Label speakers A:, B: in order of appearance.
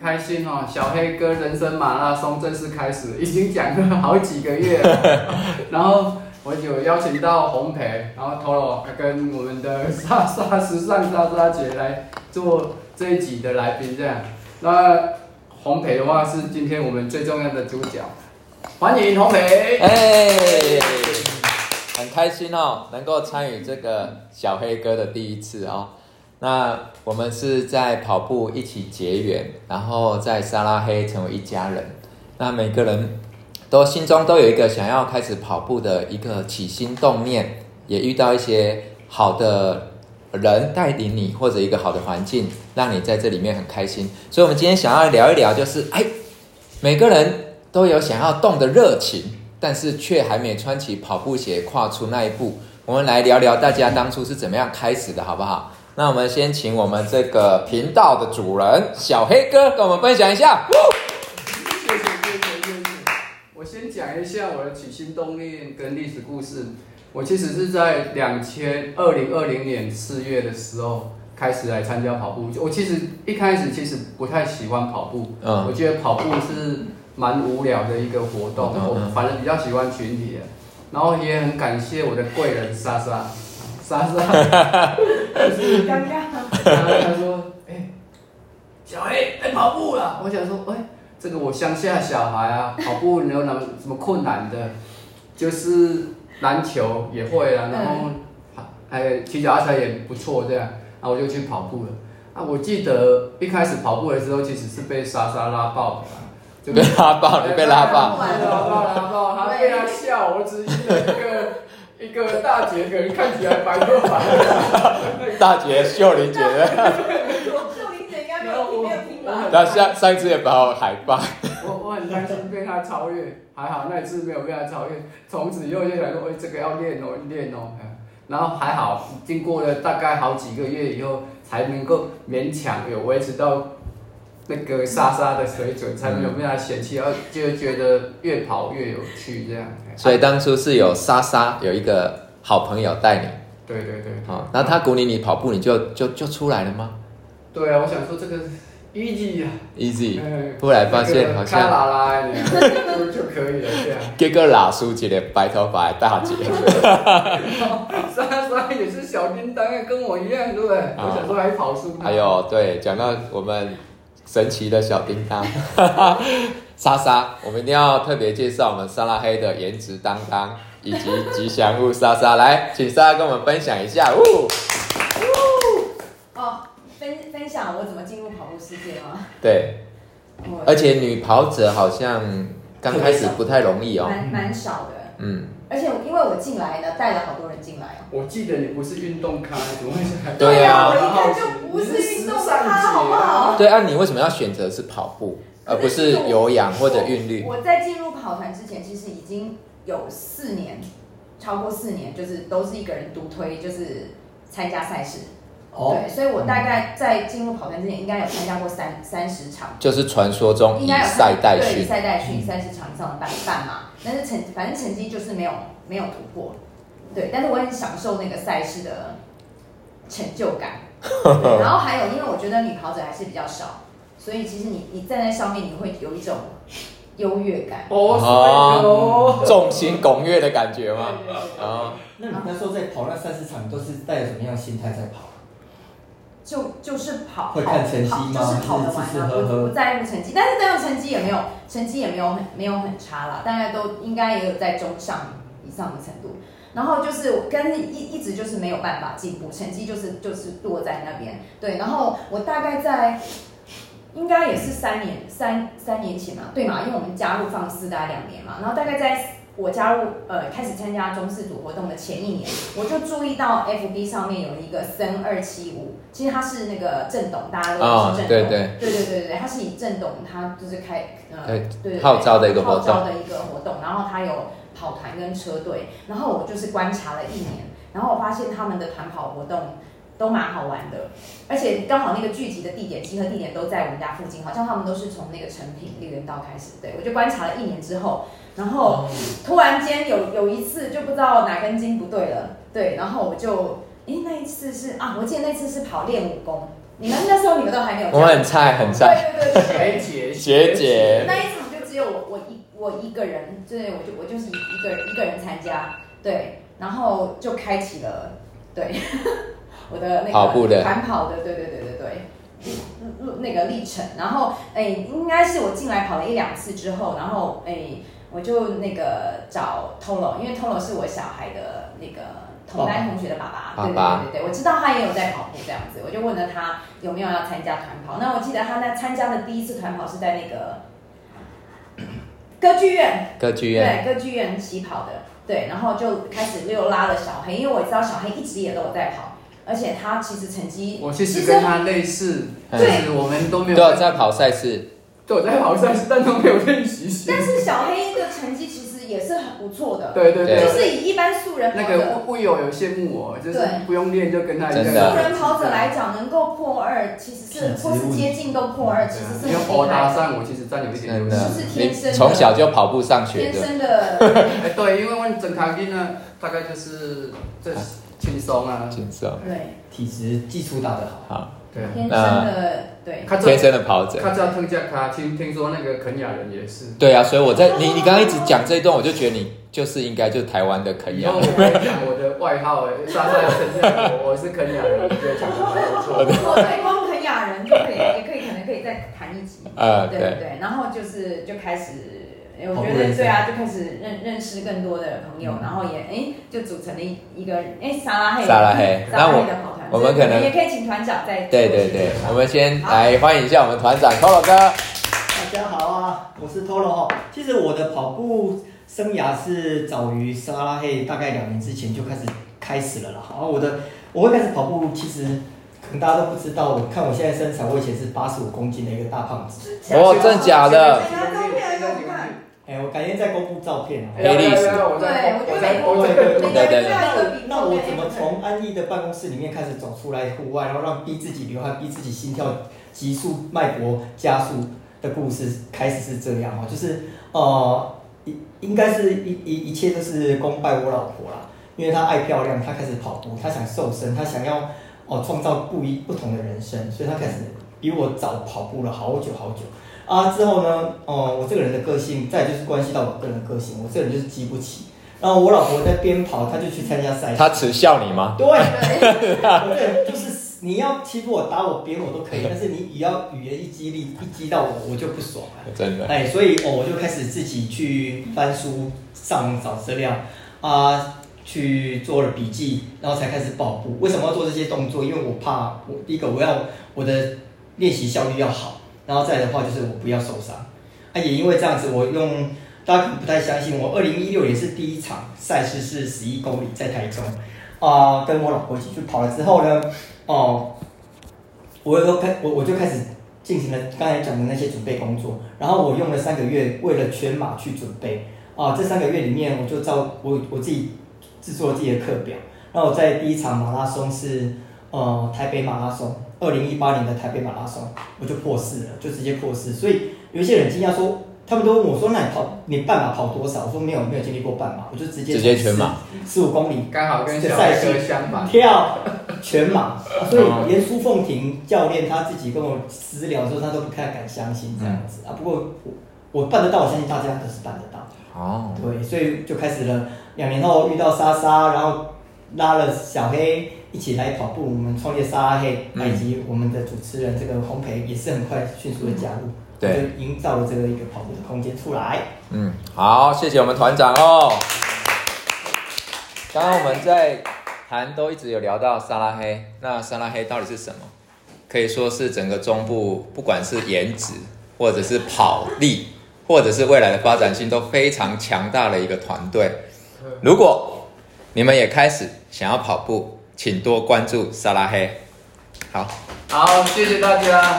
A: 开心哦，小黑哥人生马拉松正式开始，已经讲了好几个月了。然后我有邀请到红培，然后 Toro 跟我们的 莎莎时尚莎莎姐来做这一集的来宾，这样。那红培的话是今天我们最重要的主角，欢迎红培。
B: 哎，很开心哦，能够参与这个小黑哥的第一次哦。那我们是在跑步一起结缘，然后在沙拉黑成为一家人。那每个人都心中都有一个想要开始跑步的一个起心动念，也遇到一些好的人带领你，或者一个好的环境，让你在这里面很开心。所以，我们今天想要聊一聊，就是哎，每个人都有想要动的热情，但是却还没穿起跑步鞋跨出那一步。我们来聊聊大家当初是怎么样开始的，好不好？那我们先请我们这个频道的主人小黑哥跟我们分享一下。
A: 谢谢谢谢谢谢。我先讲一下我的起心动念跟历史故事。我其实是在两千二零二零年四月的时候开始来参加跑步。我其实一开始其实不太喜欢跑步，
B: 嗯
A: 我觉得跑步是蛮无聊的一个活动，
B: 嗯嗯嗯
A: 我反正比较喜欢群体的。然后也很感谢我的贵人莎莎，莎莎。
C: 刚刚
A: 然后他说：“哎、小黑在跑步了。”我想说：“哎、这个我乡下小孩啊，跑步有哪什么困难的？就是篮球也会啊，然后
B: 嗯
A: 还骑脚踏车也不错这样。”然后我就去跑步了。啊，我记得一开始跑步的时候，其实是被莎莎拉爆的啊，就
B: 被拉爆，你被拉爆。
A: 拉爆拉爆，他被他笑，我只是一个一个大姐，可能看起来白头发。
B: 大姐秀玲姐的，
C: 秀玲姐应该没有听没有听吧？
B: 她上上次也把我海报，
A: 我我很担心被他超越，还好那一次没有被他超越，从此以后就想说，哎、这个要练哦，练哦。嗯然后还好，经过了大概好几个月以后，才能够勉强有维持到那个莎莎的水准，才没有被他嫌弃，然后就觉得越跑越有趣这样。哎
B: 所以当初是有莎莎有一个好朋友带你
A: 对对对，
B: 啊、哦，那她鼓励你跑步，你就就就出来了吗
A: 对啊，我想说这个 easy 啊，
B: ？Easy，
A: 哎
B: 后来发现好
A: 那个
B: 像
A: 卡拉拉 就就可以了这样。
B: 给个老叔姐的白头发的大姐，
A: 莎莎也是小叮当啊，跟我一样，对不对？
B: 啊哎
A: 我小时候还跑输他。
B: 还有对，讲到我们神奇的小叮当，莎莎，我们一定要特别介绍我们沙拉黑的颜值担当以及吉祥物莎莎，来，请莎莎跟我们分享一下，呜，
C: 哦，分分享我怎么进入跑步世界啊吗？
B: 对，而
C: 我
B: 且女跑者好像刚开始不太容易哦，
C: 蛮蛮少的，
B: 嗯，
C: 而且因为我进来呢，带了好多人进来哦。
A: 我记得你不是运动咖，怎么会是还
B: 对啊
C: 我一看就不是运动咖，好不好？
B: 对啊，你为什么要选择是跑步，而啊不是有氧或者韵律？
C: 我在进入跑团之前，其实已经有四年，超过四年，就是都是一个人独推，就是参加赛事。
A: 哦，
C: 对，所以我大概在进入跑团之前，应该有参加过三三十场。
B: 就是传说中以
C: 应该有
B: 赛代
C: 对以
B: 训，
C: 赛代训三十场上的半半嘛，但是成反正成绩就是没有没有突破，对，但是我很享受那个赛事的成就感， 对然后还有因为我觉得女跑者还是比较少，所以其实你你站在上面你会有一种优越感，
A: 哦，帅哦，
B: 众星拱月的感觉吗？啊、
D: 那你那时候在跑那三十场，都是带着什么样的心态在跑？
C: 就就是跑
D: 会
C: 跑
D: 看成绩
C: 跑
D: 吗
C: 就是跑得完
D: 还是
C: 啊，
D: 吃喝
C: 不不
D: 喝
C: 在乎成绩，但是那种成绩也没有成绩也没有很没有很差啦，大概都应该也有在中上以上的程度。然后就是我跟一一直就是没有办法进步，成绩就是就是落在那边。对，然后我大概在应该也是三年三三年前嘛，对嘛？因为我们加入放肆大概两年嘛，然后大概在我加入呃开始参加中式组活动的前一年，我就注意到 FB 上面有一个森二七五，其实他是那个郑董，大家都
B: 啊
C: 认识郑
B: 对
C: 董，
B: 对
C: 对对对对，他是以郑董他就是开呃
B: 对
C: 对对对
B: 号召的一个活动
C: 号召的一个活动，然后他有跑团跟车队，然后我就是观察了一年，然后我发现他们的团跑活动都蛮好玩的，而且刚好那个聚集的地点集合地点都在我们家附近，好像他们都是从那个成品绿园道开始，对我就观察了一年之后，然后
A: 哦
C: 突然 间有有一次就不知道哪根筋不对了，对，然后我就，诶，那一次是啊，我记得那次是跑练武功，你们那时候你们都还没有这
B: 我
C: 样，
B: 很菜， 很菜。
C: 对对对
A: 学
C: 对
A: 姐
B: 学姐
C: 那一场就只有我我一我一个人，就是我就我就是一一个人一个人参加，对，然后就开启了对 我的那个
B: 跑步的
C: 短跑的，对对对对对。路那个历程，然后哎、应该是我进来跑了一两次之后，然后哎、我就那个找 Tolo，因为 Tolo 是我小孩的那个同班同学的爸爸，
B: 爸爸
C: 对对对对对，我知道他也有在跑步这样子，我就问了他有没有要参加团跑。那我记得他那参加的第一次团跑是在那个歌剧院，
B: 歌剧院，
C: 对，歌剧院起跑的，对，然后就开始溜拉了小黑，因为我知道小黑一直也都有在跑，而且他其实成绩，
A: 我其实跟他类似，
B: 嗯
A: 就是我们都没有
B: 都有啊在跑赛事，
A: 对我在跑赛事，但都没有练习性
C: 但。是小黑的成绩其实也是很不错的，
A: 对对
C: 就
A: 对，
C: 是以一般素人
A: 那
C: 跑者
A: 个不友有羡慕我，就是
C: 对
A: 不用练就跟他一样。
B: 真
C: 素
B: 的
C: 人跑者来讲，能够破二其实是
D: 体质
C: 或是接近都破二，其实
A: 你
C: 是
A: 要
C: 很
A: 我
C: 厉
A: 搭
C: 害的，
A: 上我，其实占有一点
B: 真
A: 优
B: 的
A: 势。
C: 就是，
B: 你
C: 天生的
B: 从小就跑步上学
C: 天
B: 的，
C: 生的。
A: 哎，对，因为问整卡丁呢，大概就是这轻松啊，
B: 轻松
C: 对，
D: 体质基础打得好，
B: 好，
A: 对。啊
C: 天生的对，
A: 他
B: 天
A: 这
B: 生的跑者。
A: 他这样特价卡，听听说那个肯雅人也是。
B: 对啊，所以我在你你刚刚一直讲这一段，我就觉得你就是应该就是台湾的啊肯
A: 以
B: 亚
A: 后我
B: 人，
A: 会讲我的外号，哎，莎莎有肯亚人，我是肯雅人，对，讲的还不错。
C: 我对光肯雅人就可以，也可以可能可以再谈一集，
B: 呃，
C: 对对
B: 对，
C: 对，然后就是就开始。哎我
D: 跑步
C: 觉得对
D: 人生
C: 啊，就开始认认识更多的朋友，然后也哎，就组成了一一个哎沙拉黑
B: 撒拉嘿
C: 沙拉
B: 那
C: 黑
B: 我
C: 的跑团，
B: 我们
C: 所以
B: 可能
C: 也可以请团长再
B: 对对对，我们先来欢迎一下我们团长 Polo 哥，
D: 大家好啊，我是 Tolo 哈。其实我的跑步生涯是早于沙拉黑大概两年之前就开始开始了啦。然后我的我会开始跑步，其实可能大家都不知道，我看我现在身材，我以前是八十五公斤的一个大胖子。
B: 哦，真的假的？
C: 拿照片给我看。
D: 哎、我改天再公布照片啊。
B: 哎黑历史
A: 对我在我在我在
D: 对
B: 对对
C: 啊
D: 那我那我怎么从安逸的办公室里面开始走出来户外，然后让逼自己流汗、逼自己心跳急速、脉搏加速的故事开始是这样哦，就是呃，应应该是一一一切都是功败我老婆啦，因为她爱漂亮，她开始跑步，她想瘦身，她想要哦创造不一不同的人生，所以她开始比我早跑步了好久好久。啊，之后呢，哦、我这个人的个性，再就是关系到我个人的个性，我这个人就是激不起。然后我老婆在边跑，她就去参加赛事。
B: 他耻笑你吗？
D: 对，我这人就是你要欺负我、打我、扁我都可以，但是你也要语言一激励，一激到我，我就不爽了。
B: 真的，
D: 哎，所以哦，我就开始自己去翻书、上网找资料啊、去做了笔记，然后才开始跑步。为什么要做这些动作？因为我怕我第一个我要我的练习效率要好，然后再的话就是我不要受伤。啊，也因为这样子，我用大家可能不太相信，我二零一六也是第一场赛事是十一公里在台中啊、跟我老婆一起去跑了之后呢，哦、我又开我我就开始进行了刚才讲的那些准备工作，然后我用了三个月为了全马去准备啊，这三个月里面我就照我我自己制作了自己的课表，然后我在第一场马拉松是呃台北马拉松，二零一八年的台北马拉松我就破四了，就直接破四，所以有一些人惊讶说。他们都问我说：“那你跑你半马跑多少？”我说：“没有，没有经历过半马，我就直接
B: 直接全马
D: 十五公里
A: 刚好跟小黑哥相反。
D: 跳 全马，所以连苏凤婷教练他自己跟我私聊的时候，他都不太敢相信这样子啊。不过我我办得到，我相信大家都是办得到。
B: 哦，
D: 对，所以就开始了。两年后遇到莎莎，然后拉了小黑一起来跑步，我们创业莎拉黑，
B: 嗯
D: 以及我们的主持人这个烘焙也是很快迅速的加
A: 嗯
D: 入，
B: 对，
D: 就营造了这个一个跑步的空间出来。
B: 嗯，好，谢谢我们团长哦。刚刚我们在谈都一直有聊到沙拉黑，那沙拉黑到底是什么？可以说是整个中部，不管是颜值，或者是跑力，或者是未来的发展性，都非常强大的一个团队。如果你们也开始想要跑步，请多关注沙拉黑。好，
A: 好，谢谢大家。